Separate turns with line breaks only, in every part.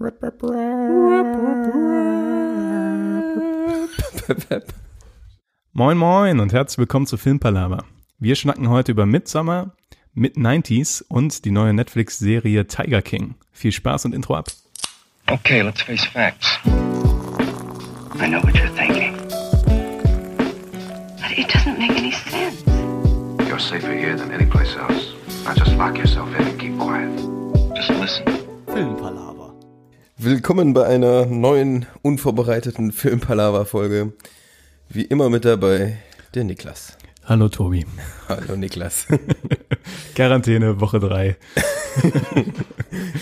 Rap, rap, rap. Moin moin und herzlich willkommen zu Filmpalava. Wir schnacken heute über Midsummer, Mid-90s und die neue Netflix-Serie Tiger King. Viel Spaß und Intro ab.
Okay, let's face facts. I know what you're thinking.
But it doesn't make any sense.
You're safer here than anyplace else. Now just lock yourself in and keep quiet.
Just listen.
Filmpalaver.
Willkommen bei einer neuen, unvorbereiteten Filmpalava-Folge. Wie immer mit dabei der Niklas.
Hallo Tobi.
Hallo Niklas.
Quarantäne, Woche 3.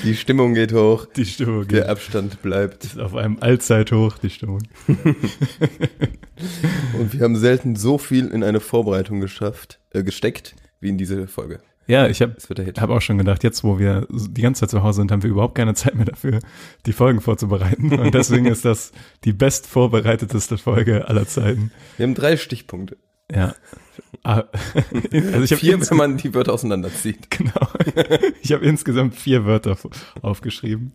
Die Stimmung geht hoch,
Die Stimmung
der
geht
Abstand bleibt.
auf einem Allzeithoch, die Stimmung.
Und wir haben selten so viel in eine Vorbereitung geschafft, äh, gesteckt, wie in diese Folge.
Ja, ich habe
Das wird der Hit.
hab auch schon gedacht, jetzt wo wir die ganze Zeit zu Hause sind, haben wir überhaupt keine Zeit mehr dafür, die Folgen vorzubereiten. Und deswegen ist das die best vorbereiteteste Folge aller Zeiten.
Wir haben drei Stichpunkte.
Ja. Ah, Also ich habe
Vier,
ins
wenn man die Wörter auseinanderzieht.
genau. Ich habe insgesamt vier Wörter f- aufgeschrieben,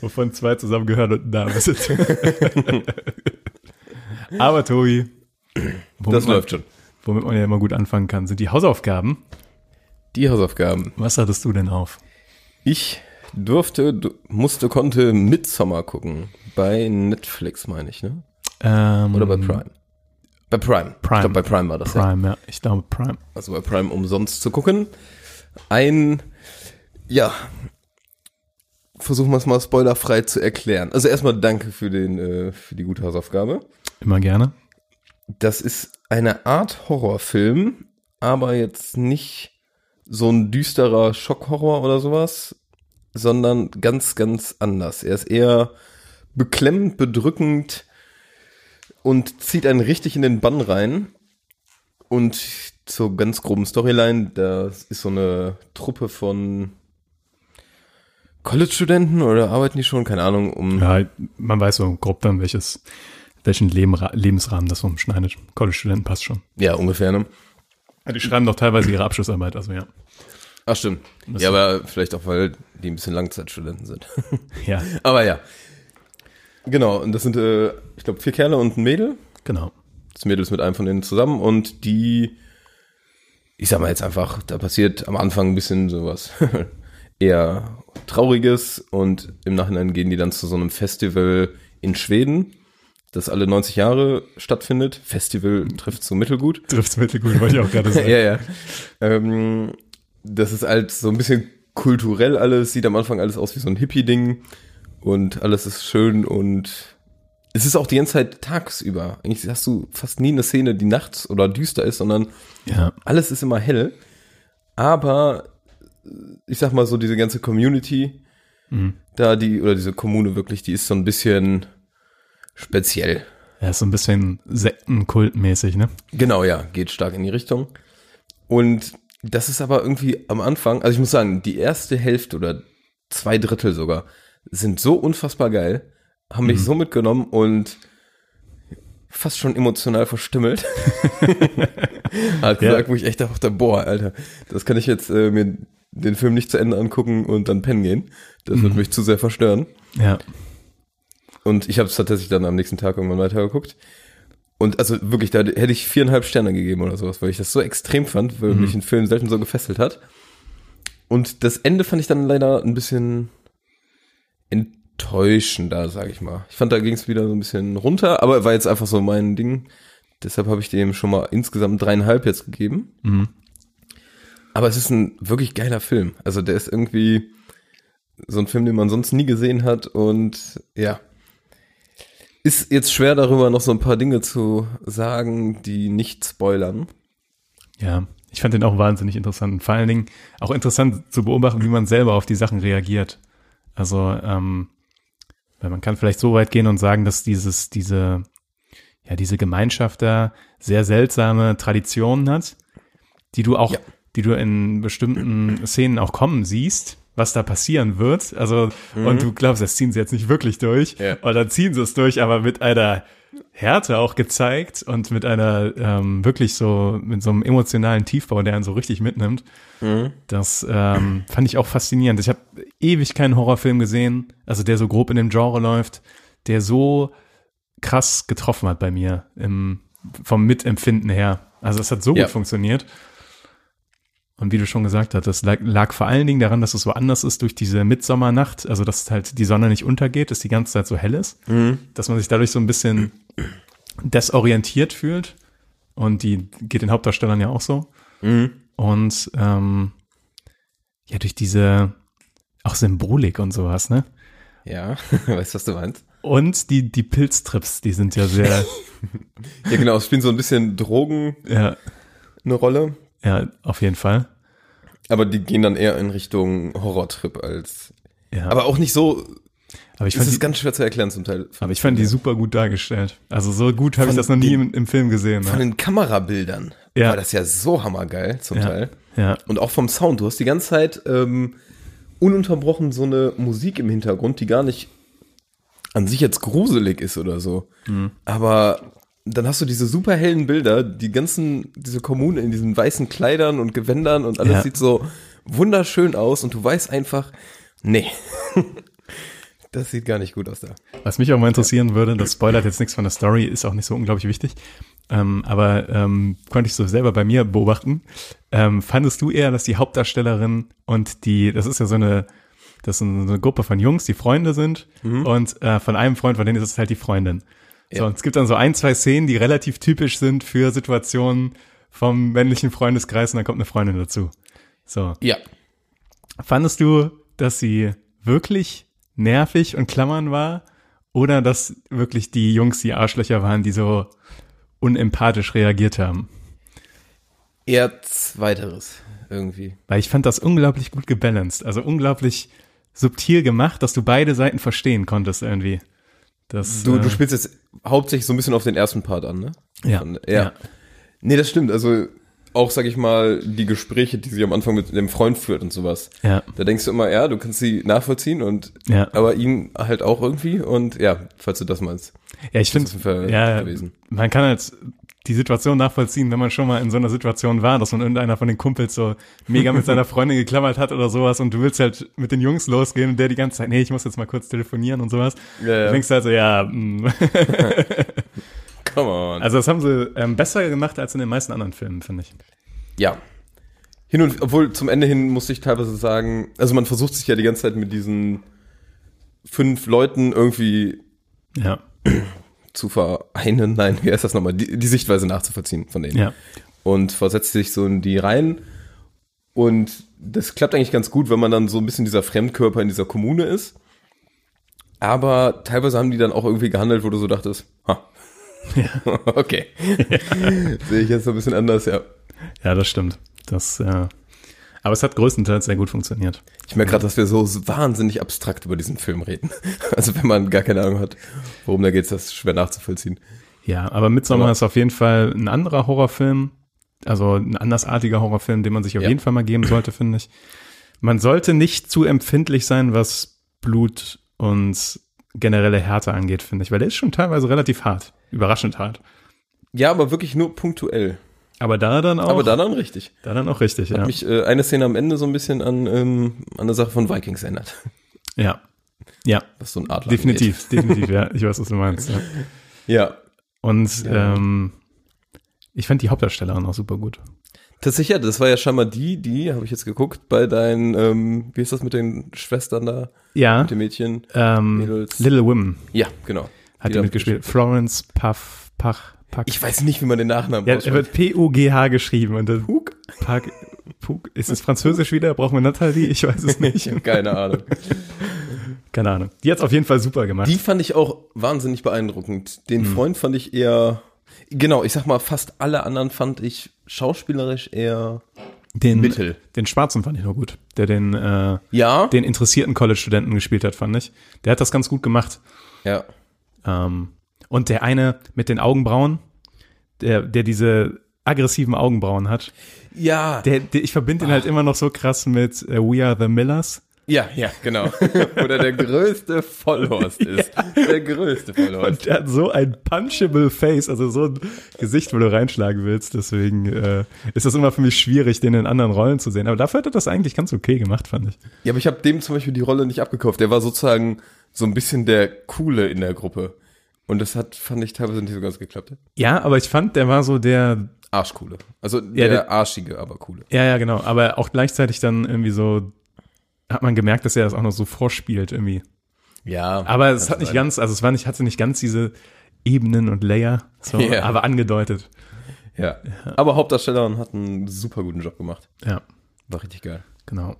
wovon zwei zusammengehören und ein Name sind. Aber Tobi, womit
Das
man,
läuft schon.
Womit man ja immer gut anfangen kann, sind die Hausaufgaben.
Die Hausaufgaben.
Was hattest du denn auf?
Ich durfte, du- musste, konnte Midsommar gucken. Bei Netflix, meine ich, ne?
Ähm,
Oder bei Prime? Bei Mhm. Prime.
Prime.
Ich glaube, bei Prime war das ja.
Prime, ja. Ich glaube Prime.
also bei Prime umsonst zu gucken. Ein, ja, versuchen wir es mal spoilerfrei zu erklären. Also erstmal danke für, den, äh, für die gute Hausaufgabe.
Immer gerne.
Das ist eine Art Horrorfilm, aber jetzt nicht so ein düsterer Schockhorror oder sowas, sondern ganz, ganz anders. Er ist eher beklemmend, bedrückend und zieht einen richtig in den Bann rein. Und zur ganz groben Storyline, da ist so eine Truppe von College-Studenten oder arbeiten die schon, keine Ahnung, um
Ja, man weiß so grob dann, welches, welchen Leben, Lebensrahmen das so umschneidet. College-Studenten passt schon.
ja ungefähr, ne?
Ja, die schreiben doch teilweise ihre Abschlussarbeit, also ja.
Ach stimmt. Ja, aber vielleicht auch, weil die ein bisschen Langzeitstudenten sind.
Ja,
aber ja. Genau, und das sind, äh, ich glaube, vier Kerle und ein Mädel.
genau.
Das Mädel ist mit einem von denen zusammen und die, ich sag mal jetzt einfach, da passiert am Anfang ein bisschen sowas eher Trauriges und im Nachhinein gehen die dann zu so einem Festival in Schweden, das alle 90 Jahre stattfindet. Festival trifft so mittelgut.
Trifft's mittelgut, wollte ich auch gerade sagen.
Ja, ja. Ähm, das ist halt so ein bisschen kulturell alles, sieht am Anfang alles aus wie so ein Hippie-Ding und alles ist schön und es ist auch die ganze Zeit tagsüber. Eigentlich hast du fast nie eine Szene, die nachts oder düster ist, sondern
Ja,
alles ist immer hell. Aber äh, ich sag mal so, diese ganze Community, da die, oder diese Kommune wirklich, die ist so ein bisschen speziell.
ja ist so ein bisschen Sektenkultmäßig, ne?
Genau, ja, geht stark in die Richtung. Und das ist aber irgendwie am Anfang, also ich muss sagen, die erste Hälfte oder zwei Drittel sogar sind so unfassbar geil, haben mich so mitgenommen und fast schon emotional verstümmelt. Hat gesagt, wo ich echt dachte, boah, Alter, das kann ich jetzt äh, mir den Film nicht zu Ende angucken und dann pennen gehen. Das wird mich zu sehr verstören.
Ja.
Und ich habe es tatsächlich dann am nächsten Tag irgendwann weitergeguckt. Und also wirklich, da hätte ich viereinhalb Sterne gegeben oder sowas, weil ich das so extrem fand, weil mich ein Film selten so gefesselt hat. Und das Ende fand ich dann leider ein bisschen enttäuschender, sage ich mal. Ich fand, da ging es wieder so ein bisschen runter, aber war jetzt einfach so mein Ding. Deshalb habe ich dem schon mal insgesamt dreieinhalb jetzt gegeben. Aber es ist ein wirklich geiler Film. Also der ist irgendwie so ein Film, den man sonst nie gesehen hat und ja. Ist jetzt schwer darüber noch so ein paar Dinge zu sagen, die nicht spoilern.
Ja. Ich fand den auch wahnsinnig interessant. Und vor allen Dingen auch interessant zu beobachten, wie man selber auf die Sachen reagiert. Also, ähm, weil man kann vielleicht so weit gehen und sagen, dass dieses, diese, ja, diese Gemeinschaft da sehr seltsame Traditionen hat, die du auch,
Ja.
die du in bestimmten Szenen auch kommen siehst, was da passieren wird. Also, und du glaubst, das ziehen sie jetzt nicht wirklich durch.
Mhm. Ja.
Und dann ziehen sie es durch, aber mit einer Härte auch gezeigt und mit einer ähm, wirklich so, mit so einem emotionalen Tiefbau, der einen so richtig mitnimmt. Das ähm, fand ich auch faszinierend. Ich habe ewig keinen Horrorfilm gesehen, also der so grob in dem Genre läuft, der so krass getroffen hat bei mir im, vom Mitempfinden her. Also es hat so
Ja.
gut funktioniert. Und wie du schon gesagt hast, das lag, lag vor allen Dingen daran, dass es so anders ist durch diese Mitsommernacht, also dass halt die Sonne nicht untergeht, dass die ganze Zeit so hell ist, dass man sich dadurch so ein bisschen desorientiert fühlt. Und die geht den Hauptdarstellern ja auch so. Mhm. Und ähm, ja, durch diese auch Symbolik und sowas, ne?
Ja, weißt du, was du meinst?
Und die, die Pilztrips, die sind ja sehr,
Ja, genau, es spielen so ein bisschen Drogen
ja,
eine Rolle,
ja, auf jeden Fall.
aber die gehen dann eher in Richtung Horrortrip als.
Ja.
Aber auch nicht so,
aber ich
ist
fand,
es
die,
ganz schwer zu erklären zum Teil.
aber ich fand die super gut dargestellt. Also so gut habe ich
Von
das noch nie
den-
im, im Film gesehen.
Von
Ne?
den Kamerabildern
Ja.
war das ja so hammergeil zum
Ja,
Teil.
ja,
Und auch vom Sound. Du hast die ganze Zeit ähm, ununterbrochen so eine Musik im Hintergrund, die gar nicht an sich jetzt gruselig ist oder so. Aber dann hast du diese super hellen Bilder, die ganzen, diese Kommune in diesen weißen Kleidern und Gewändern und alles
Ja.
sieht so wunderschön aus und du weißt einfach, nee. das sieht gar nicht gut aus da.
Was mich auch mal interessieren würde, das spoilert jetzt nichts von der Story, ist auch nicht so unglaublich wichtig. Ähm, aber ähm, konnte ich so selber bei mir beobachten. Ähm, fandest du eher, dass die Hauptdarstellerin und die, das ist ja so eine, das ist eine Gruppe von Jungs, die Freunde sind und äh, von einem Freund, von denen ist es halt die Freundin. So,
Ja.
und es gibt dann so ein, zwei Szenen, die relativ typisch sind für Situationen vom männlichen Freundeskreis und dann kommt eine Freundin dazu. So.
Ja.
Fandest du, dass sie wirklich nervig und klammern war? Oder dass wirklich die Jungs die Arschlöcher waren, die so unempathisch reagiert haben?
Eher zweiteres irgendwie.
Weil ich fand das unglaublich gut gebalanced, also unglaublich subtil gemacht, dass du beide Seiten verstehen konntest irgendwie. Das,
Du,
äh,
du spielst jetzt hauptsächlich so ein bisschen auf den ersten Part an, ne?
ja,
Von-
ja. ja.
Nee, das stimmt. Also auch, sag ich mal, die Gespräche, die sie am Anfang mit dem Freund führt und sowas.
Ja.
Da denkst du immer, ja, du kannst sie nachvollziehen und
Ja.
aber ihn halt auch irgendwie und ja, falls du das meinst.
ich
auf jeden
finde,
Fall
ja,
gewesen.
man kann halt die Situation nachvollziehen, wenn man schon mal in so einer Situation war, dass man irgendeiner von den Kumpels so mega mit seiner Freundin geklammert hat oder sowas und du willst halt mit den Jungs losgehen und der die ganze Zeit, nee, ich muss jetzt mal kurz telefonieren und sowas.
Ja, ja.
Du denkst halt so, ja, mm.
Come on.
also das haben sie ähm, besser gemacht als in den meisten anderen Filmen, finde ich.
ja. Hin und obwohl zum Ende hin musste ich teilweise sagen, also man versucht sich ja die ganze Zeit mit diesen fünf Leuten irgendwie
Ja,
zu vereinen, nein, wie heißt das nochmal, die, die Sichtweise nachzuvollziehen von denen.
ja,
und versetzt sich so in die rein. Und das klappt eigentlich ganz gut, wenn man dann so ein bisschen dieser Fremdkörper in dieser Kommune ist. Aber teilweise haben die dann auch irgendwie gehandelt, wo du so dachtest, ha. okay. Sehe ich jetzt so ein bisschen anders, ja.
ja, das stimmt. Das, äh, aber es hat größtenteils sehr gut funktioniert.
Ich merke gerade, dass wir so wahnsinnig abstrakt über diesen Film reden. Also wenn man gar keine Ahnung hat, worum da geht, ist das schwer nachzuvollziehen.
Ja, aber Midsommar
Aber-
ist auf jeden Fall ein anderer Horrorfilm, also ein andersartiger Horrorfilm, den man sich auf
Ja.
jeden Fall mal geben sollte, finde ich. Man sollte nicht zu empfindlich sein, was Blut und generelle Härte angeht, finde ich, weil der ist schon teilweise relativ hart, überraschend hart.
Ja, aber wirklich nur punktuell.
Aber da dann auch,
Aber dann, dann richtig.
da dann auch richtig, ja.
Mich äh, eine Szene am Ende so ein bisschen an, ähm, an der Sache von Vikings erinnert.
ja. Ja,
Was so ein Adler angeht.
definitiv, definitiv, ja. Ich weiß, was du meinst. Ja.
Ja,
Und
Ja.
ähm, ich fand die Hauptdarstellerin auch super gut.
Das sicher, das war ja scheinbar die, die, habe ich jetzt geguckt, bei deinen, ähm, wie ist das mit den Schwestern da,
Ja,
mit den Mädchen?
ähm,
Mädels.
Little Women
Ja, genau.
hat die,
da
mitgespielt. Florence Puff, Pach, Pack.
Ich weiß nicht, wie man den Nachnamen
Ja, er
ausspricht.
wird P-U-G-H geschrieben und dann Pug? Pug, Pug. Ist es französisch wieder? Brauchen wir Nathalie? Ich weiß es nicht.
Keine Ahnung.
Keine Ahnung. Die hat es auf jeden Fall super gemacht.
Die fand ich auch wahnsinnig beeindruckend. Den
Hm.
Freund fand ich eher, genau, ich sag mal, fast alle anderen fand ich schauspielerisch eher,
den,
Mittel.
den Schwarzen fand ich nur gut. Der den, äh,
ja,
den interessierten College-Studenten gespielt hat, fand ich. Der hat das ganz gut gemacht.
ja,
Ähm, und der eine mit den Augenbrauen, der, der diese aggressiven Augenbrauen hat,
ja, Ah.
der, der ich verbinde ihn halt immer noch so krass mit äh, We Are the Millers.
Ja, ja, genau. Oder der größte Vollhorst ist. Der größte Vollhorst.
Und der hat so ein punchable Face, also so ein Gesicht, wo du reinschlagen willst. Deswegen äh, ist das immer für mich schwierig, den in anderen Rollen zu sehen. Aber dafür hat er das eigentlich ganz okay gemacht, fand ich.
Ja, aber ich habe dem zum Beispiel die Rolle nicht abgekauft. Der war sozusagen so ein bisschen der Coole in der Gruppe. Und das hat, fand ich teilweise nicht so ganz geklappt.
Ja, aber ich fand, der war so der,
Arschcoole. Also der,
der-
arschige, aber coole.
ja, ja, genau, aber auch gleichzeitig dann irgendwie so, hat man gemerkt, dass er das auch noch so vorspielt irgendwie.
Ja.
Aber es hat nicht ganz, also es war nicht, hatte nicht ganz diese Ebenen und Layer, so,
Ja.
aber angedeutet.
Ja. Aber Hauptdarstellerin hat einen super guten Job gemacht.
Ja,
War richtig geil.
genau.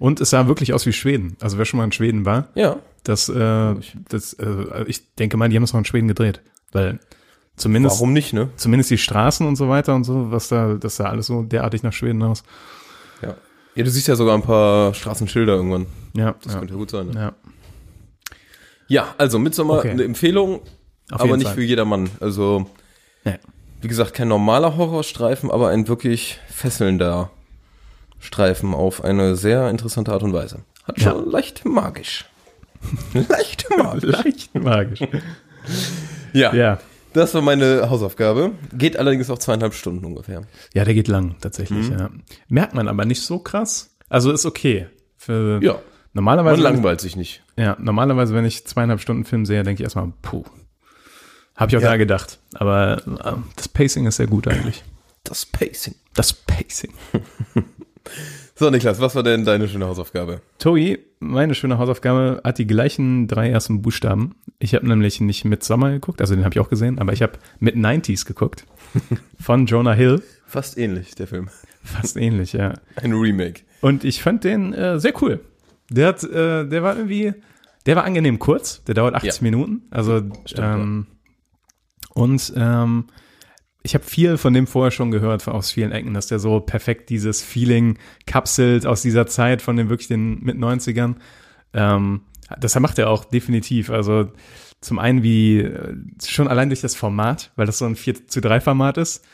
Und es sah wirklich aus wie Schweden. Also wer schon mal in Schweden war,
Ja.
das, äh, das, äh, ich denke mal, die haben es noch in Schweden gedreht, weil zumindest
Warum nicht, ne?
zumindest die Straßen und so weiter und so, was da, das sah alles so derartig nach Schweden aus.
Ja. Ja, du siehst ja sogar ein paar Straßenschilder irgendwann.
Ja,
Das
ja,
könnte gut sein. Ne?
ja.
Ja, also Midsommar
Okay.
eine Empfehlung,
Auf
aber
jeden
nicht
Fall.
für jedermann. Also,
Ja.
wie gesagt, kein normaler Horrorstreifen, aber ein wirklich fesselnder Streifen auf eine sehr interessante Art und Weise. Hat schon leicht magisch. leicht magisch.
Leicht magisch. ja.
Das war meine Hausaufgabe. Geht allerdings auch zweieinhalb Stunden ungefähr.
Ja, der geht lang, tatsächlich,
Mhm.
ja. Merkt man aber nicht so krass. Also ist okay. Für
Ja. Man
Normalerweise,
langweilt sich nicht.
ja, normalerweise, wenn ich zweieinhalb Stunden Film sehe, denke ich erstmal, puh. Habe ich auch
Ja.
da gedacht. Aber äh, das Pacing ist sehr gut eigentlich.
Das Pacing.
Das Pacing.
So, Niklas, was war denn deine schöne Hausaufgabe?
Toei, meine schöne Hausaufgabe, hat die gleichen drei ersten Buchstaben. Ich habe nämlich nicht mit Sommer geguckt, also den habe ich auch gesehen, aber ich habe mit 90s geguckt. Von Jonah Hill.
Fast ähnlich, der Film.
Fast ähnlich, ja.
Ein Remake.
Und ich fand den äh, sehr cool. Der hat, äh, der war irgendwie, der war angenehm kurz. Der dauert 80
Ja.
Minuten. Also ähm, und ähm, ich habe viel von dem vorher schon gehört von- aus vielen Ecken, dass der so perfekt dieses Feeling kapselt aus dieser Zeit von den wirklich den mit 90ern. Ähm, das macht er auch definitiv. Also zum einen wie äh, schon allein durch das Format, weil das so ein 4 zu 3 Format ist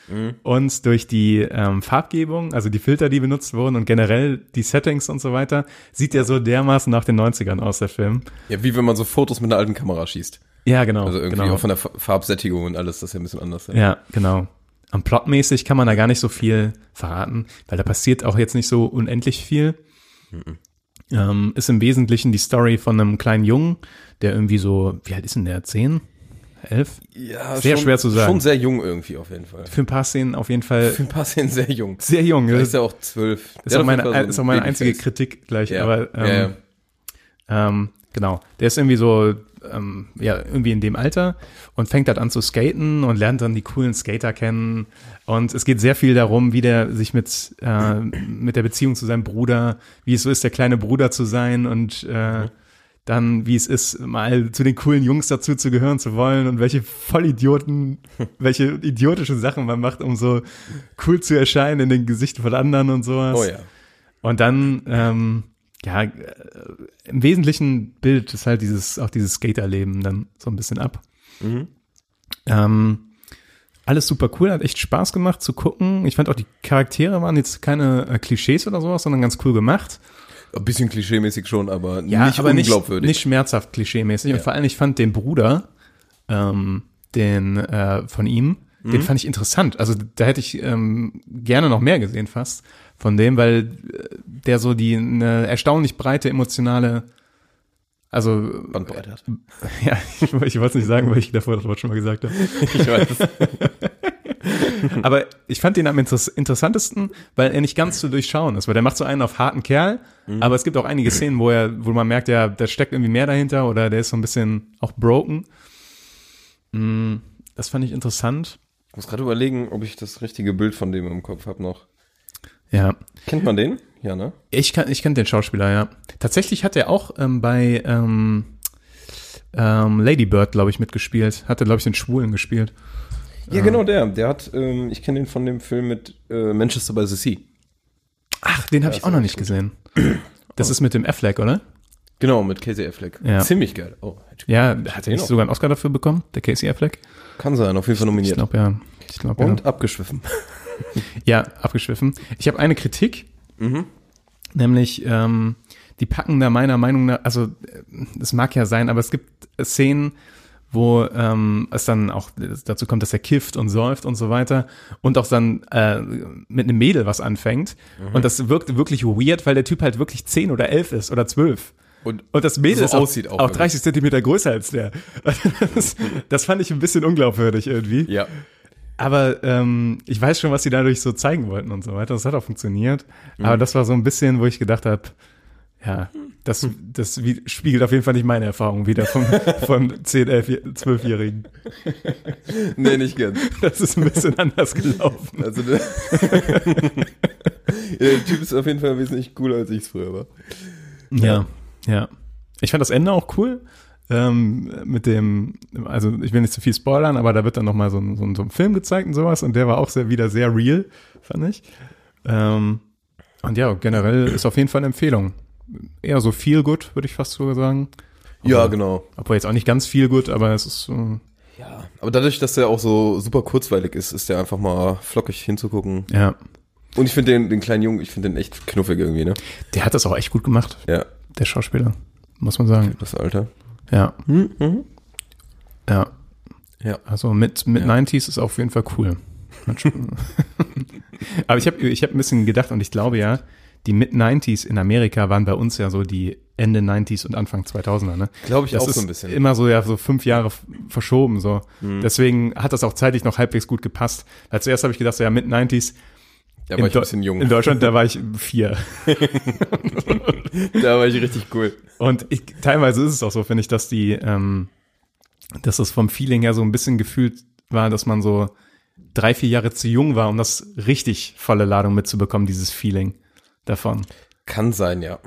und durch die ähm, Farbgebung, also die Filter, die benutzt wurden und generell die Settings und so weiter, sieht der so dermaßen nach den 90ern aus, der Film.
Ja, wie wenn man so Fotos mit einer alten Kamera schießt.
Ja, genau.
Also irgendwie
genau.
auch von der Fa- Farbsättigung und alles, das ist ja ein bisschen anders.
Ja, genau. Am Plotmäßig kann man da gar nicht so viel verraten, weil da passiert auch jetzt nicht so unendlich viel.
Mhm.
Ähm, ist im Wesentlichen die Story von einem kleinen Jungen, der irgendwie so, wie alt ist denn der? Zehn? Elf?
Ja,
Sehr schwer zu sagen.
Schon sehr jung irgendwie auf jeden Fall.
Für ein paar Szenen auf jeden Fall
Für ein paar Szenen sehr jung.
sehr jung.
Da
Das
ist
ist,
ja auch zwölf.
ist, auch, meine, ist auch meine einzige Kritik gleich.
Ja.
Aber,
ja, ja.
Ähm, genau. Der ist irgendwie so, ähm, ja, irgendwie in dem Alter und fängt halt an zu skaten und lernt dann die coolen Skater kennen. Und es geht sehr viel darum, wie der sich mit, äh, mit der Beziehung zu seinem Bruder, wie es so ist, der kleine Bruder zu sein und
Mhm.
äh, dann, wie es ist, mal zu den coolen Jungs dazu zu gehören zu wollen und welche Vollidioten, welche idiotischen Sachen man macht, um so cool zu erscheinen in den Gesichtern von anderen und sowas.
Oh ja.
Und dann, ähm, ja, äh, im Wesentlichen bildet es halt dieses, auch dieses Skaterleben dann so ein bisschen ab. Ähm, alles super cool, hat echt Spaß gemacht zu gucken. Ich fand auch die Charaktere waren jetzt keine äh, Klischees oder sowas, sondern ganz cool gemacht.
Ein bisschen klischeemäßig schon, aber nicht
aber
unglaubwürdig.
Nicht, nicht schmerzhaft klischeemäßig. Und vor allem, ich fand den Bruder ähm, den, äh, von ihm,
Mhm.
den fand ich interessant. Also da hätte ich ähm, gerne noch mehr gesehen fast von dem, weil äh, der so die eine erstaunlich breite emotionale, also
Bandbreite hat.
ja, ich, ich wollte es nicht sagen, weil ich davor das Wort schon mal gesagt habe.
Ich weiß.
Aber ich fand den am interess interessantesten, weil er nicht ganz zu durchschauen ist, weil der macht so einen auf harten Kerl, aber es gibt auch einige Szenen, wo er, wo man merkt, ja, da steckt irgendwie mehr dahinter oder der ist so ein bisschen auch broken. Mm, Das fand ich interessant.
Ich muss gerade überlegen, ob ich das richtige Bild von dem im Kopf habe noch.
Ja.
Kennt man den? Ja, ne?
Ich kann, ich kenne den Schauspieler, ja. Tatsächlich hat er auch ähm, bei ähm, ähm, Lady Bird, glaube ich, mitgespielt. Hat er, glaube ich, den Schwulen gespielt.
Ja, genau der. Der hat, ähm, ich kenne den von dem Film mit äh, Manchester by the Sea.
Ach, den habe ich auch noch nicht gesehen. Das ist mit dem Affleck, oder?
Genau, mit Casey Affleck.
Ja.
Ziemlich geil. Oh,
Ja, hat er
den
nicht
auch.
sogar einen Oscar dafür bekommen, der Casey Affleck?
kann sein, auf jeden Fall nominiert.
Ich glaube ja. Ich glaube ja.
Und abgeschwiffen. Mhm.
Ja, abgeschwiffen. Ich habe eine Kritik, nämlich ähm, die packen da meiner Meinung nach, also äh, es mag ja sein, aber es gibt Szenen, wo ähm, es dann auch dazu kommt, dass er kifft und säuft und so weiter und auch dann äh, mit einem Mädel was anfängt.
Mhm.
Und das wirkt wirklich weird, weil der Typ halt wirklich 10 oder 11 ist oder 12.
Und,
Und das Mädel
So
ist auch,
aussieht auch
auch 30 Zentimeter größer als der. Das, das fand ich ein bisschen unglaubwürdig irgendwie.
ja.
Aber ähm, ich weiß schon, was sie dadurch so zeigen wollten und so weiter. Das hat auch funktioniert. Aber das war so ein bisschen, wo ich gedacht habe, ja, das, das wie, spiegelt auf jeden Fall nicht meine Erfahrung wieder von, von 10, 11, 12-Jährigen.
Nee, nicht ganz.
Das ist ein bisschen anders gelaufen.
Also der, Ja, der Typ ist auf jeden Fall wesentlich cooler, als ich es früher war.
Ja, ja. Ich fand das Ende auch cool. Ähm, mit dem, also ich will nicht zu viel spoilern, aber da wird dann nochmal so, ein- so, ein- so ein Film gezeigt und sowas und der war auch sehr, wieder sehr real, fand ich. Ähm, und ja, generell ist auf jeden Fall eine Empfehlung. Eher so viel gut, würde ich fast sogar sagen.
Ja, genau.
Obwohl jetzt auch nicht ganz viel gut, aber es ist, ähm,
Ja. Aber dadurch, dass der auch so super kurzweilig ist, ist der einfach mal flockig hinzugucken.
ja.
Und ich finde den, den kleinen Jungen, ich finde den echt knuffig irgendwie, ne?
Der hat das auch echt gut gemacht,
Ja,
der Schauspieler. Muss man sagen.
das Alter.
Ja. Hm? Ja.
Ja.
Also mit, mit 90s ist auf jeden Fall cool. Aber ich habe ich hab ein bisschen gedacht und ich glaube ja, die Mid-90s in Amerika waren bei uns ja so die Ende 90s und Anfang 2000er, ne?
Glaube ich
das
auch
ist
so ein bisschen. Mhm.
Immer so ja so fünf Jahre f- verschoben so. Deswegen hat das auch zeitlich noch halbwegs gut gepasst. Weil zuerst habe ich gedacht so ja Mid 90s
Da
in,
war ich
Deu-
ein bisschen
in
jung.
Deutschland da war ich vier.
Da war ich richtig cool.
Und ich, teilweise ist es auch so, finde ich, dass die, ähm, dass das vom Feeling her so ein bisschen gefühlt war, dass man so drei, vier Jahre zu jung war, um das richtig volle Ladung mitzubekommen, dieses Feeling davon.
Kann sein, ja.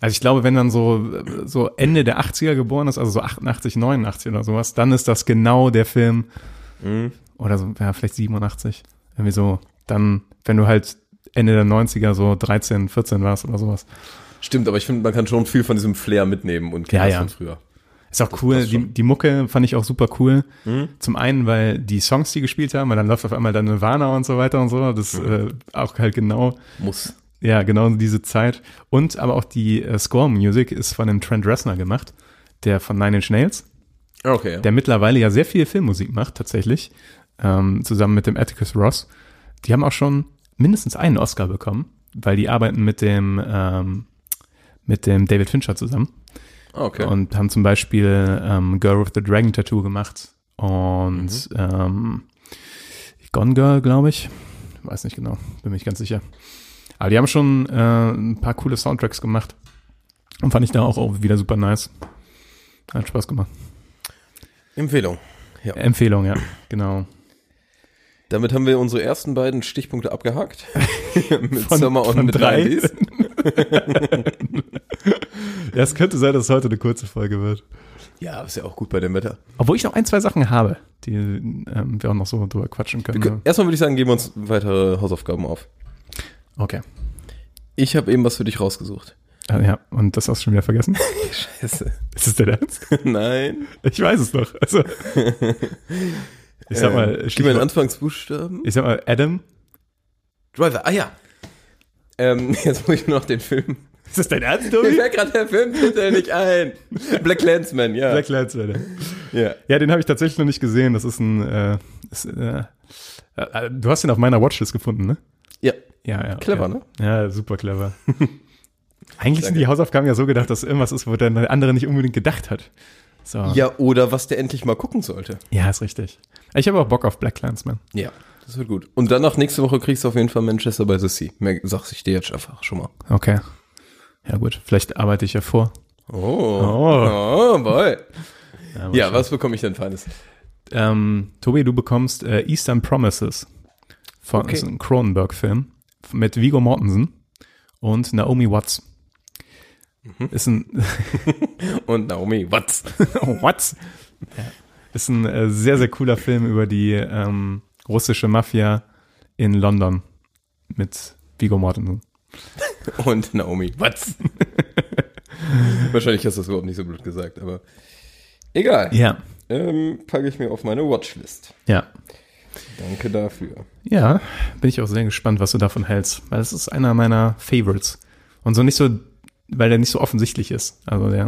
Also ich glaube, wenn dann so, so Ende der 80er geboren ist, also so 88, 89 oder sowas, dann ist das genau der Film. Oder so, ja, vielleicht 87. Irgendwie so, dann, wenn du halt Ende der 90er so 13, 14 warst oder sowas.
Stimmt, aber ich finde, man kann schon viel von diesem Flair mitnehmen und kennt
Ja,
das
ja.
von früher.
Ist auch cool, die, die Mucke fand ich auch super cool. Zum einen, weil die Songs, die gespielt haben, weil dann läuft auf einmal dann Nirvana und so weiter und so, das äh, auch halt genau,
Muss.
ja, genau diese Zeit. Und aber auch die äh, Score-Music ist von dem Trent Reznor gemacht, der von Nine Inch Nails,
Okay. ja.
der mittlerweile ja sehr viel Filmmusik macht, tatsächlich, ähm, zusammen mit dem Atticus Ross. Die haben auch schon mindestens einen Oscar bekommen, weil die arbeiten mit dem, ähm, mit dem David Fincher zusammen.
Ah, okay.
Und haben zum Beispiel ähm, Girl with the Dragon Tattoo gemacht
Mhm.
und ähm, Gone Girl, glaube ich. Weiß nicht genau, bin mir nicht ganz sicher. Aber die haben schon äh, ein paar coole Soundtracks gemacht. Und fand ich da auch, auch wieder super nice. Hat Spaß gemacht.
Empfehlung. Ja.
Empfehlung, ja, genau.
Damit haben wir unsere ersten beiden Stichpunkte abgehakt. mit
Von-
Summer und
von
mit
drei.
90s.
Ja, es könnte sein, dass es heute eine kurze Folge wird.
Ja, ist ja auch gut bei dem Wetter.
Obwohl ich noch ein, zwei Sachen habe, die ähm, wir auch noch so drüber quatschen können.
Kö- Erstmal würde ich sagen, geben wir uns weitere Hausaufgaben auf.
Okay.
Ich habe eben was für dich rausgesucht.
Ah, Ja, und das hast du schon wieder vergessen?
Scheiße.
Ist es der Ernst?
Nein.
Ich weiß es noch. Also, ich sag mal,
Ähm, Gib mir einen
Stichwort-
Anfangsbuchstaben.
ich sag mal, Adam.
Driver. Ah ja. Ähm, jetzt muss ich nur noch den Film.
Ist das dein Ernst,
Mir
Tobi?
fällt gerade der Film bitte nicht ein. Black Landsman, ja.
Black Lives Matter.
ja.
Ja, den habe ich tatsächlich noch nicht gesehen. Das ist ein. Äh, ist, äh, äh, du hast ihn auf meiner Watchlist gefunden, ne?
Ja.
Ja, ja. okay.
Clever, ne?
Ja, super clever. Eigentlich sind die Hausaufgaben ja so gedacht, dass irgendwas ist, wo der andere nicht unbedingt gedacht hat. So.
Ja, oder was der endlich mal gucken sollte.
ja ist richtig. Ich habe auch Bock auf Black Clansman.
Ja. Das wird gut. Und dann noch nächste Woche kriegst du auf jeden Fall Manchester by the Sea. Mehr sag's ich dir jetzt einfach schon mal.
Okay. Ja, gut. Vielleicht arbeite ich ja vor.
Oh. Oh, boy.
Ja,
Ja, was bekomme ich denn Feines?
Ähm, Tobi, du bekommst äh, Eastern Promises. Von,
Okay.
Ist ein Cronenberg-Film mit Vigo Mortensen und Naomi Watts. Ist ein
Und Naomi, was?
Watts ist ein äh, sehr sehr cooler Film über die ähm, russische Mafia in London mit Vigo Mortensen.
Und Naomi, was? Wahrscheinlich hast du das überhaupt nicht so blöd gesagt, aber egal.
Ja,
Ähm, packe ich mir auf meine Watchlist.
ja,
Danke dafür.
ja. Bin ich auch sehr gespannt, was du davon hältst, weil es ist einer meiner Favorites und so nicht so weil der nicht so offensichtlich ist. Also der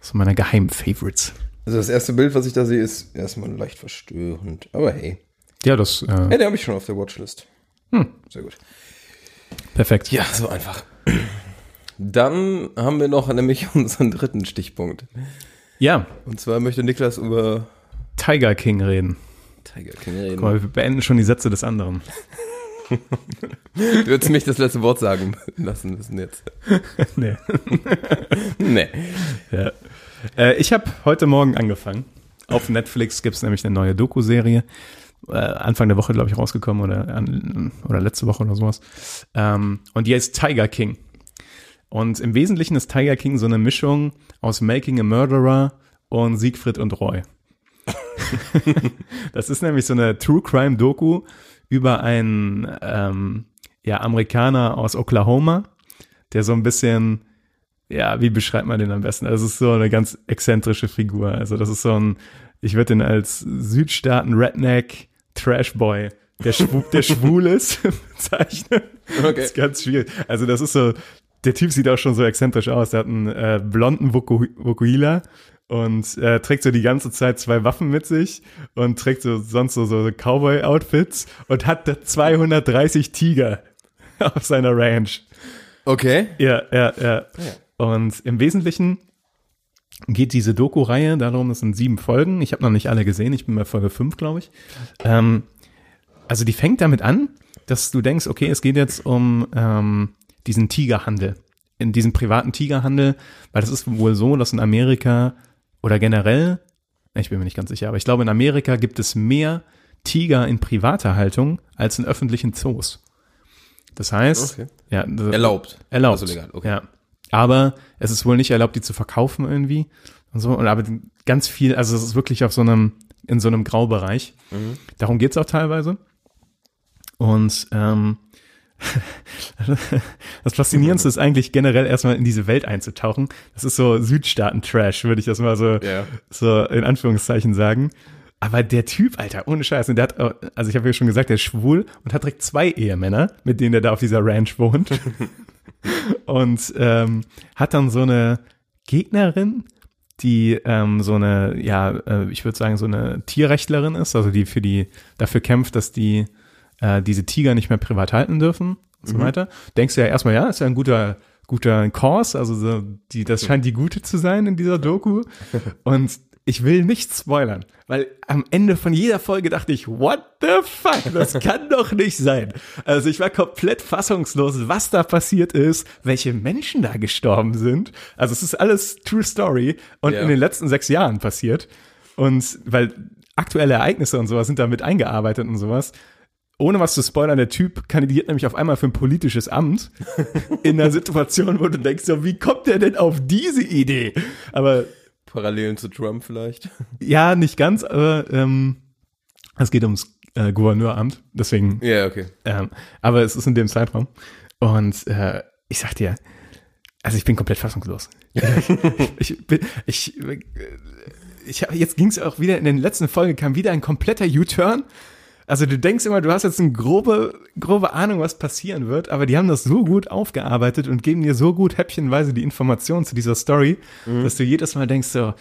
ist so meiner geheimen Favorites.
Also das erste Bild, was ich da sehe, ist erstmal leicht verstörend. Aber hey.
Ja, das äh,
Hey, den habe ich schon auf der Watchlist.
Hm.
Sehr gut.
perfekt.
Ja, so einfach. Dann haben wir noch nämlich unseren dritten Stichpunkt.
Ja,
Und zwar möchte Niklas über
Tiger King reden.
Tiger King reden.
Guck mal, wir beenden schon die Sätze des anderen.
Du hättest mich das letzte Wort sagen lassen müssen jetzt.
nee.
Nee.
Ja. Äh, ich habe heute Morgen angefangen. Auf Netflix gibt's nämlich eine neue Doku-Serie. Äh, Anfang der Woche, glaube ich, rausgekommen oder, an, oder letzte Woche oder sowas. Ähm, und die heißt Tiger King. Und im Wesentlichen ist Tiger King so eine Mischung aus Making a Murderer und Siegfried und Roy. das ist nämlich so eine True Crime Doku über einen ähm, ja, Amerikaner aus Oklahoma, der so ein bisschen ja, wie beschreibt man den am besten? Also es ist so eine ganz exzentrische Figur. Also das ist so ein, ich würde den als Südstaaten Redneck Trashboy, der, schwu der schwul ist, bezeichnen.
Okay.
Das ist ganz schwierig. Also das ist so, der Typ sieht auch schon so exzentrisch aus. Der hat einen äh, blonden Voku- Vokuhila und äh, trägt so die ganze Zeit zwei Waffen mit sich und trägt so sonst so, so Cowboy-Outfits und hat 230 Tiger auf seiner Ranch.
Okay.
Ja, ja, ja. Und im Wesentlichen geht diese Doku-Reihe darum, es sind sieben Folgen. Ich habe noch nicht alle gesehen, ich bin bei Folge fünf, glaube ich. Ähm, also die fängt damit an, dass du denkst, okay, es geht jetzt um ähm, diesen Tigerhandel, in diesem privaten Tigerhandel, weil das ist wohl so, dass in Amerika oder generell, ich bin mir nicht ganz sicher, aber ich glaube, in Amerika gibt es mehr Tiger in privater Haltung als in öffentlichen Zoos. Das heißt,
Okay.
ja,
Erlaubt.
Erlaubt.
Also legal, okay.
Ja. Aber es ist wohl nicht erlaubt, die zu verkaufen irgendwie und so. Und aber ganz viel, also es ist wirklich auf so einem, in so einem Graubereich.
Mhm.
Darum geht's auch teilweise. Und ähm, das Faszinierendste ist eigentlich generell erstmal in diese Welt einzutauchen. Das ist so Südstaaten-Trash, würde ich das mal so,
Ja.
so in Anführungszeichen sagen. Aber der Typ, Alter, ohne Scheiß, und der hat, auch- also ich habe ja schon gesagt, der ist schwul und hat direkt zwei Ehemänner, mit denen er da auf dieser Ranch wohnt. und ähm, hat dann so eine Gegnerin, die ähm, so eine, ja, äh, ich würde sagen, so eine Tierrechtlerin ist, also die für die dafür kämpft, dass die äh, diese Tiger nicht mehr privat halten dürfen und so weiter. Denkst du ja erstmal, ja, ist ja ein guter guter Kurs, also so die, das scheint die gute zu sein in dieser Doku. Und ich will nicht spoilern, weil am Ende von jeder Folge dachte ich, what the fuck, das kann doch nicht sein. Also ich war komplett fassungslos, was da passiert ist, welche Menschen da gestorben sind. Also es ist alles True Story und
Ja.
in den letzten sechs Jahren passiert. Und weil aktuelle Ereignisse und sowas sind damit eingearbeitet und sowas. Ohne was zu spoilern, der Typ kandidiert nämlich auf einmal für ein politisches Amt in einer Situation, wo du denkst, so, wie kommt der denn auf diese Idee? Aber
Parallelen zu Trump vielleicht.
ja, nicht ganz, aber ähm, es geht ums äh, Gouverneuramt, deswegen
Ja, okay.
ähm, aber es ist in dem Zeitraum. Und äh, ich sag dir, also ich bin komplett fassungslos. ich bin, ich, äh, ich hab, jetzt ging es auch wieder, in den letzten Folgen kam wieder ein kompletter U-Turn. Also du denkst immer, du hast jetzt eine grobe, grobe Ahnung, was passieren wird, aber die haben das so gut aufgearbeitet und geben dir so gut häppchenweise die Informationen zu dieser Story, dass du jedes Mal denkst so,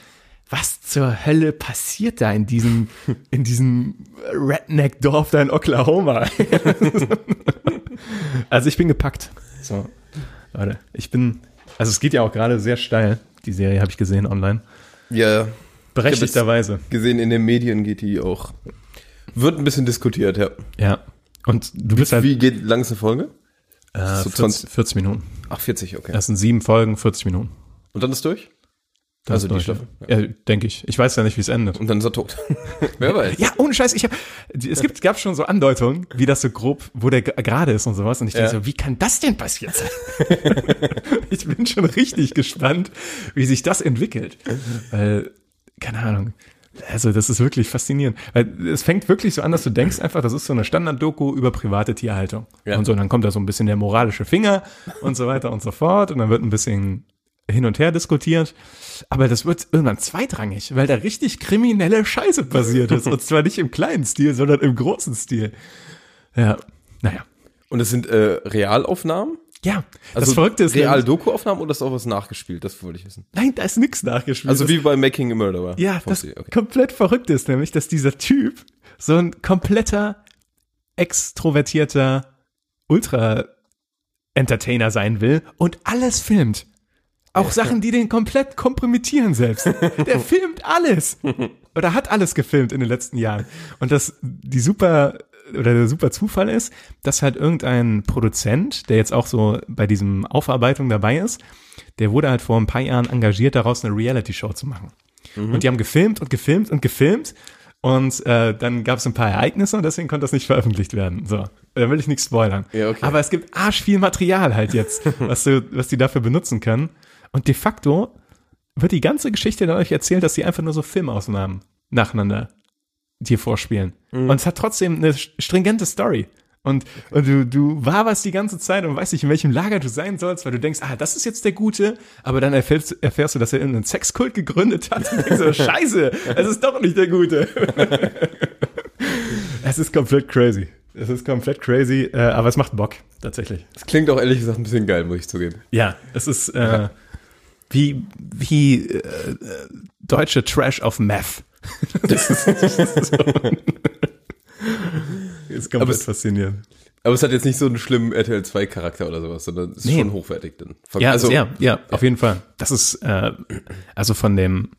was zur Hölle passiert da in diesem, in diesem Redneck-Dorf da in Oklahoma? Also ich bin gepackt. So, Leute, ich bin, also es geht ja auch gerade sehr steil. Die Serie habe ich gesehen online.
Ja.
Berechtigterweise.
Gesehen in den Medien geht die auch. Wird ein bisschen diskutiert, ja.
Ja. Und du bist halt
Wie geht lang ist eine Folge?
äh,
so
40, 40 Minuten.
Ach, 40, okay.
Das sind sieben Folgen, 40 Minuten.
Und dann ist durch?
Das
Also
ist
die
durch.
Staffel,
Ja, denke ich. Ich weiß ja nicht, wie es endet.
Und dann ist er tot. Wer weiß.
Ja, ohne Scheiß, ich hab, es gibt, gab schon so Andeutungen, wie das so grob, wo der ge- gerade ist und sowas. Und ich dachte
Ja.
so, wie kann das denn passiert sein? ich bin schon richtig gespannt, wie sich das entwickelt. Weil, keine Ahnung. Also, das ist wirklich faszinierend. Weil es fängt wirklich so an, dass du denkst einfach, das ist so eine Standard-Doku über private Tierhaltung.
Ja.
Und so, dann kommt da so ein bisschen der moralische Finger und so weiter und so fort. Und dann wird ein bisschen hin und her diskutiert. Aber das wird irgendwann zweitrangig, weil da richtig kriminelle Scheiße passiert ist. Und zwar nicht im kleinen Stil, sondern im großen Stil. Ja, naja.
Und das sind äh, Realaufnahmen?
Ja, das Verrückte ist
real
nämlich-
Doku-Aufnahmen oder ist auch was nachgespielt? Das wollte ich wissen.
Nein, da ist nichts nachgespielt.
Also
Das-
wie bei Making a Murderer.
Ja,
Vom
das
See, okay.
komplett verrückt ist nämlich, dass dieser Typ so ein kompletter extrovertierter Ultra-Entertainer sein will und alles filmt. Auch Sachen, die den komplett kompromittieren selbst. Der filmt alles. Oder hat alles gefilmt in den letzten Jahren. Und das, die super, oder der super Zufall ist, dass halt irgendein Produzent, der jetzt auch so bei diesem Aufarbeitung dabei ist, der wurde halt vor ein paar Jahren engagiert, daraus eine Reality-Show zu machen.
Mhm.
Und die haben gefilmt und gefilmt und gefilmt. Und äh, dann gab es ein paar Ereignisse und deswegen konnte das nicht veröffentlicht werden. So, da will ich nichts spoilern.
Ja, okay.
Aber es gibt arschviel Material halt jetzt, was, du, was die dafür benutzen können. Und de facto wird die ganze Geschichte dann euch erzählt, dass sie einfach nur so Filmausnahmen nacheinander dir vorspielen. Und es hat trotzdem eine stringente Story. Und, und du, du waberst die ganze Zeit und weißt nicht, in welchem Lager du sein sollst, weil du denkst, ah, das ist jetzt der Gute, aber dann erfährst, erfährst du, dass er einen Sexkult gegründet hat und denkst so, scheiße, es ist doch nicht der Gute. es ist komplett crazy. Es ist komplett crazy, äh, aber es macht Bock, tatsächlich.
das klingt auch ehrlich gesagt ein bisschen geil, muss ich zugeben.
Ja, es ist äh, wie, wie äh, äh, deutsche Trash auf Meth. das ist, das ist so. ist komplett
es-
faszinierend.
Aber es hat jetzt nicht so einen schlimmen RTL 2 Charakter oder sowas, sondern es ist
Nee.
schon hochwertig dann. Ver-
Ja, also, ja, ja, auf jeden Fall. Das ist äh, also von dem,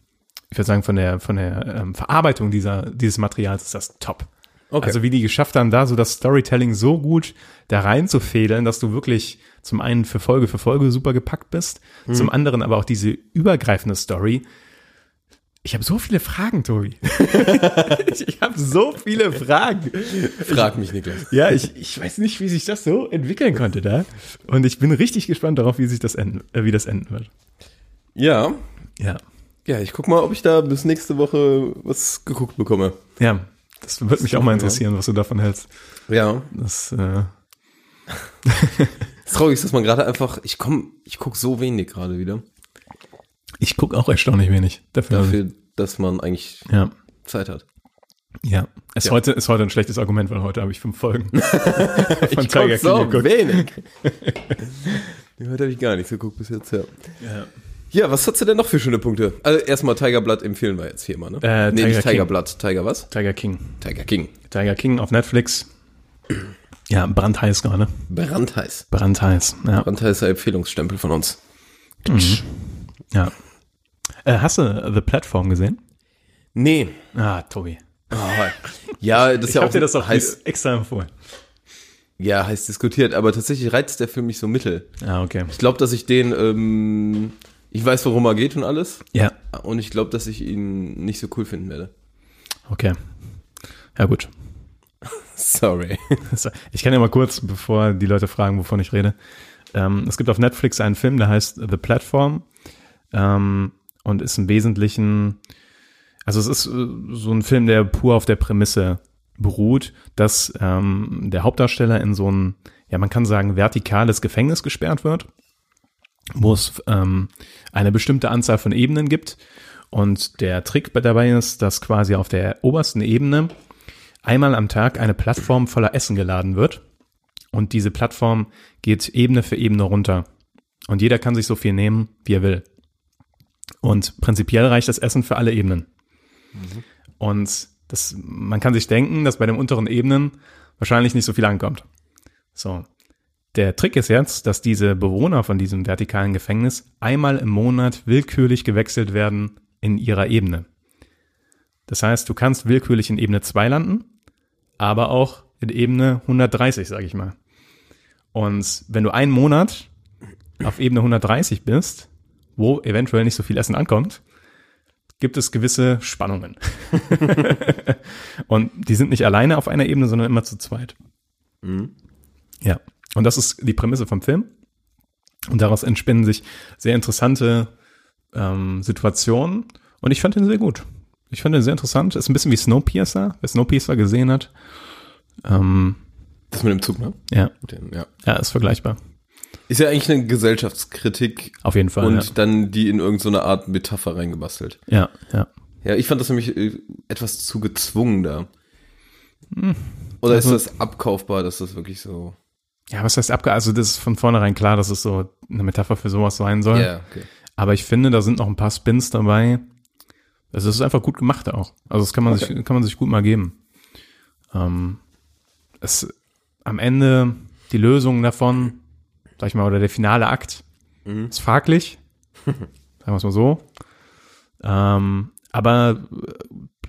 ich würde sagen, von der von der ähm, Verarbeitung dieser dieses Materials ist das top.
Okay.
Also wie die geschafft haben, da so das Storytelling so gut da reinzufädeln, dass du wirklich zum einen für Folge für Folge super gepackt bist, zum anderen aber auch diese übergreifende Story. Ich habe so viele Fragen, Tobi. ich ich habe so viele Fragen.
frag mich Niklas.
Ja, ich, ich weiß nicht, wie sich das so entwickeln konnte da. Und ich bin richtig gespannt darauf, wie sich das enden, äh, wie das enden wird.
Ja,
Ja.
ja, ich guck mal, ob ich da bis nächste Woche was geguckt bekomme.
Ja. Das würde mich auch mal interessieren, was du davon hältst.
Ja,
Das, äh,
ist traurig, dass man gerade einfach, ich komm, ich guck so wenig gerade wieder
ich gucke auch erstaunlich wenig dafür.
dafür, dass man eigentlich
Ja.
Zeit hat.
Ja. Ist, Heute, ist heute ein schlechtes Argument, weil heute habe ich fünf Folgen von
guck
Tiger King
so
geguckt.
wenig. Ja, Heute habe ich gar nichts geguckt bis jetzt, ja.
Ja.
Ja, was hast du denn noch für schöne Punkte? Also erstmal Tigerblatt empfehlen wir jetzt hier mal, ne?
Äh,
nee,
Tiger
nicht
King.
Tigerblatt, Tiger was?
Tiger King.
Tiger King.
Tiger King auf Netflix. Ja, brandheiß gerade.
Brandheiß.
Brandheiß. Ja.
Brandheißer Empfehlungsstempel von uns.
ja. Äh, hast du The Platform gesehen?
Nee.
Ah, Tobi.
Ah, ja, das ist
Ich
ja
habe
auch
dir das auch
heiß,
extra empfohlen.
ja, heiß diskutiert, aber tatsächlich reizt der Film mich so mittel.
Ah, okay.
Ich glaube, dass ich den, ähm, ich weiß, worum er geht und alles.
Ja,
Und ich glaube, dass ich ihn nicht so cool finden werde.
okay. Ja, gut.
Sorry.
So, Ich kann ja mal kurz, bevor die Leute fragen, wovon ich rede. Ähm, es gibt auf Netflix einen Film, der heißt The Platform ähm, und ist im Wesentlichen, also es ist äh, so ein Film, der pur auf der Prämisse beruht, dass ähm, der Hauptdarsteller in so ein, ja man kann sagen, vertikales Gefängnis gesperrt wird, wo es ähm, eine bestimmte Anzahl von Ebenen gibt. Und der Trick dabei ist, dass quasi auf der obersten Ebene einmal am Tag eine Plattform voller Essen geladen wird. Und diese Plattform geht Ebene für Ebene runter. Und jeder kann sich so viel nehmen, wie er will. Und prinzipiell reicht das Essen für alle Ebenen. Und das, man kann sich denken, dass bei den unteren Ebenen wahrscheinlich nicht so viel ankommt. So. Der Trick ist jetzt, dass diese Bewohner von diesem vertikalen Gefängnis einmal im Monat willkürlich gewechselt werden in ihrer Ebene. Das heißt, du kannst willkürlich in Ebene 2 landen, aber auch in Ebene 130, sage ich mal. Und wenn du einen Monat auf Ebene 130 bist, wo eventuell nicht so viel Essen ankommt, gibt es gewisse Spannungen. Und die sind nicht alleine auf einer Ebene, sondern immer zu zweit. Ja. Und das ist die Prämisse vom Film. Und daraus entspinnen sich sehr interessante ähm, Situationen. Und ich fand ihn sehr gut. Ich fand ihn sehr interessant. Ist ein bisschen wie Snowpiercer. Wer Snowpiercer gesehen hat, ähm,
Das mit dem Zug, ne?
ja,
Mit dem, ja.
ja, ist vergleichbar.
Ist ja eigentlich eine Gesellschaftskritik
Auf jeden Fall.
und dann die in irgendeine so Art Metapher reingebastelt.
ja. ja, ja.
Ja, ich fand das nämlich äh, etwas zu
Hm. Also
gezwungen da. Oder ist das abkaufbar, dass das wirklich so.
Ja, was heißt abge... Also das ist von vornherein klar, dass es so eine Metapher für sowas sein soll.
okay.
Aber ich finde, da sind noch ein paar Spins dabei. Also es ist einfach gut gemacht auch. Also das kann man,
Okay.
sich, kann man sich gut mal geben. Ähm, es, am Ende die Lösung davon, sag ich mal, oder der finale Akt, ist fraglich. sagen wir es mal so. Ähm, aber äh,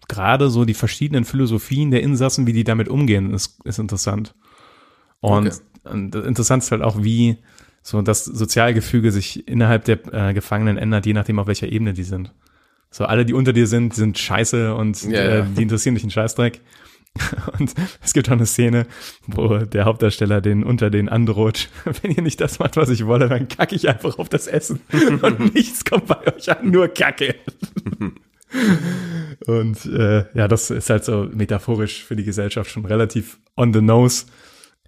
gerade so die verschiedenen Philosophien der Insassen, wie die damit umgehen, ist, ist interessant. Und, und interessant ist halt auch, wie so das Sozialgefüge sich innerhalb der äh, Gefangenen ändert, je nachdem, auf welcher Ebene die sind. So, alle, die unter dir sind, sind scheiße und
Ja,
äh,
ja.
die interessieren dich einen Scheißdreck. Und es gibt auch eine Szene, wo der Hauptdarsteller den unter den androht. Wenn ihr nicht das macht, was ich wolle, dann kacke ich einfach auf das Essen. Und nichts kommt bei euch an, nur Kacke. Und äh, ja, das ist halt so metaphorisch für die Gesellschaft schon relativ on the nose.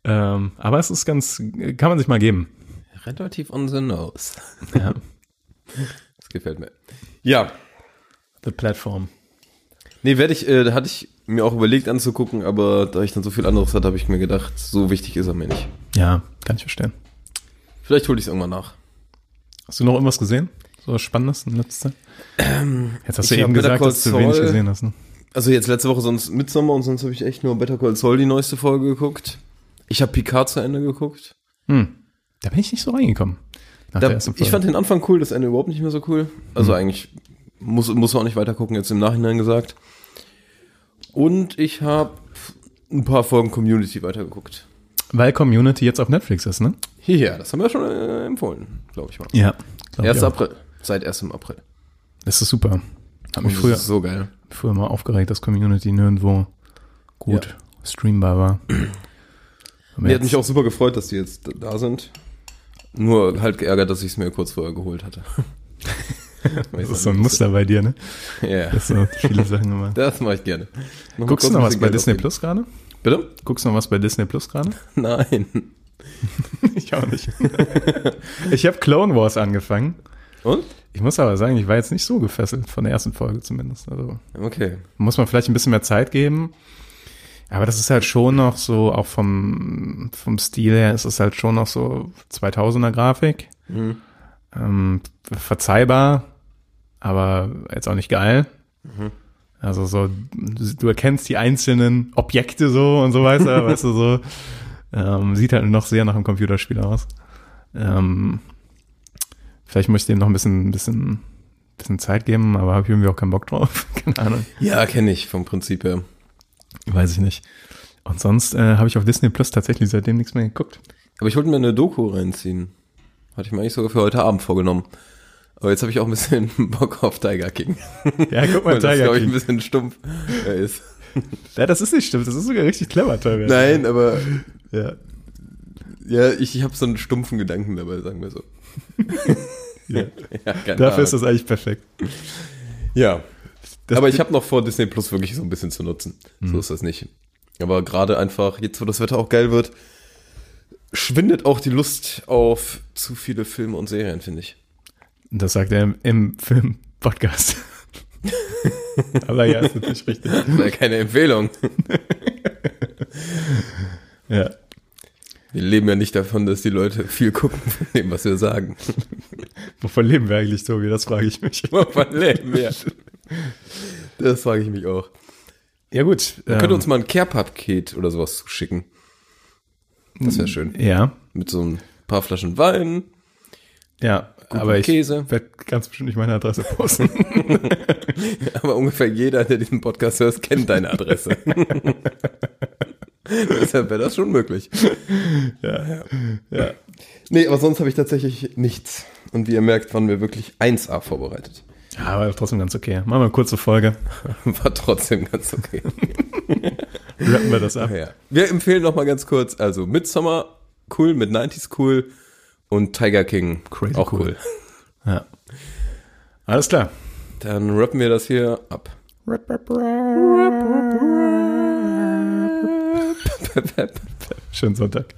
Ähm, aber es ist ganz, kann man sich mal geben.
Relativ on the nose.
Ja.
Das gefällt mir. Ja,
The Platform.
nee, werde ich, äh, da hatte ich mir auch überlegt anzugucken, aber da ich dann so viel anderes hatte, habe ich mir gedacht, so wichtig ist er mir nicht.
Ja, kann ich verstehen.
Vielleicht hole ich es irgendwann nach.
Hast du noch irgendwas gesehen? So was Spannendes in letzter Zeit? Jetzt hast du
Ähm, ich hab
eben
Better
gesagt,
Call
dass du wenig
Saul.
gesehen hast. Ne?
Also jetzt letzte Woche sonst Midsommar und sonst habe ich echt nur Better Call Saul die neueste Folge geguckt. Ich habe Picard zu Ende geguckt.
Da bin ich nicht so reingekommen. Nach der
Da,
ersten
ich
Folge.
fand den Anfang cool, das Ende überhaupt nicht mehr so cool. Also eigentlich muss, muss man auch nicht weiter gucken, jetzt im Nachhinein gesagt. Und ich habe ein paar Folgen Community weitergeguckt.
Weil Community jetzt auf Netflix ist, ne?
Hierher, das haben wir schon äh, empfohlen, glaube ich mal.
Ja.
1.
Erst ab.
April. Seit 1. April.
Das ist super. Hat
Und
mich
das
früher,
ist so geil.
früher mal aufgeregt, dass Community nirgendwo gut streambar war. Aber
Mir
jetzt-
hat mich auch super gefreut, dass die jetzt da sind. Nur halt geärgert, dass ich es mir kurz vorher geholt hatte.
das ist so ein Muster bei dir, ne?
Ja,
Das so viele Sachen immer.
das mache ich gerne. Mach
Guckst du
mal
noch was
kurz ein bisschen
bei
Geld
Disney
ausgeben.
Plus gerade?
Bitte?
Guckst du noch was bei Disney Plus gerade?
Nein.
Ich auch nicht. ich habe Clone Wars angefangen.
Und?
Ich muss aber sagen, ich war jetzt nicht so gefesselt von der ersten Folge zumindest. Also
Okay.
muss man vielleicht ein bisschen mehr Zeit geben. Aber das ist halt schon noch so, auch vom, vom Stil her ist es halt schon noch so 2000er Grafik. Ähm, verzeihbar, aber jetzt auch nicht geil. Also so, du erkennst die einzelnen Objekte so und so weiter, weißt du, so. Ähm, sieht halt noch sehr nach einem Computerspiel aus. Ähm, vielleicht muss ich dem noch ein bisschen, bisschen, bisschen Zeit geben, aber habe ich irgendwie auch keinen Bock drauf. Keine Ahnung.
Ja, kenne ich vom Prinzip her.
Weiß ich nicht. Und sonst äh, habe ich auf Disney Plus tatsächlich seitdem nichts mehr geguckt.
Aber ich wollte mir eine Doku reinziehen. Hatte ich mir eigentlich sogar für heute Abend vorgenommen. Aber jetzt habe ich auch ein bisschen Bock auf Tiger King.
Ja, guck
Weil das,
Tiger
glaube ich, ein
King.
bisschen stumpf äh, ist.
Ja, das ist nicht stimmt. Das ist sogar richtig clever teilweise.
Nein, aber
Ja.
ja, ich, ich habe so einen stumpfen Gedanken dabei, sagen wir so.
Ja.
Ja, keine
Dafür ist
Ahnung.
das eigentlich perfekt.
Ja.
Das- Mhm.
aber ich habe noch vor, Disney Plus wirklich so ein bisschen zu nutzen. So ist das nicht. Aber gerade einfach, jetzt wo das Wetter auch geil wird, schwindet auch die Lust auf zu viele Filme und Serien, finde ich.
Und das sagt er im, im Film-Podcast. aber ja, ist natürlich richtig.
Na, keine Empfehlung.
Ja.
Wir leben ja nicht davon, dass die Leute viel gucken von dem, was wir sagen.
Wovon leben wir eigentlich, Tobi? Das frage ich mich.
Wovon leben wir? Das frage ich mich auch.
Ja, gut.
Könnt
ähm,
ihr uns mal ein Care-Paket oder sowas zuschicken? Das
Hm.
wäre schön.
Ja.
Mit so ein paar Flaschen Wein.
Ja, aber ich
Käse.
werde ganz bestimmt nicht meine Adresse posten.
Aber ungefähr jeder, der diesen Podcast hört, kennt deine Adresse. Deshalb wäre das schon möglich.
ja.
Nee, aber sonst habe ich tatsächlich nichts. Und wie ihr merkt, waren wir wirklich 1A vorbereitet.
ja, aber trotzdem ganz okay. Machen wir eine kurze Folge.
War trotzdem ganz okay.
Rappen wir das ab.
Ja. Wir empfehlen noch mal ganz kurz, also Midsommar cool, mit 90s cool und Tiger King
Crazy
auch cool.
cool. Ja. Alles klar.
Dann rappen wir das hier ab.
Schönen Sonntag.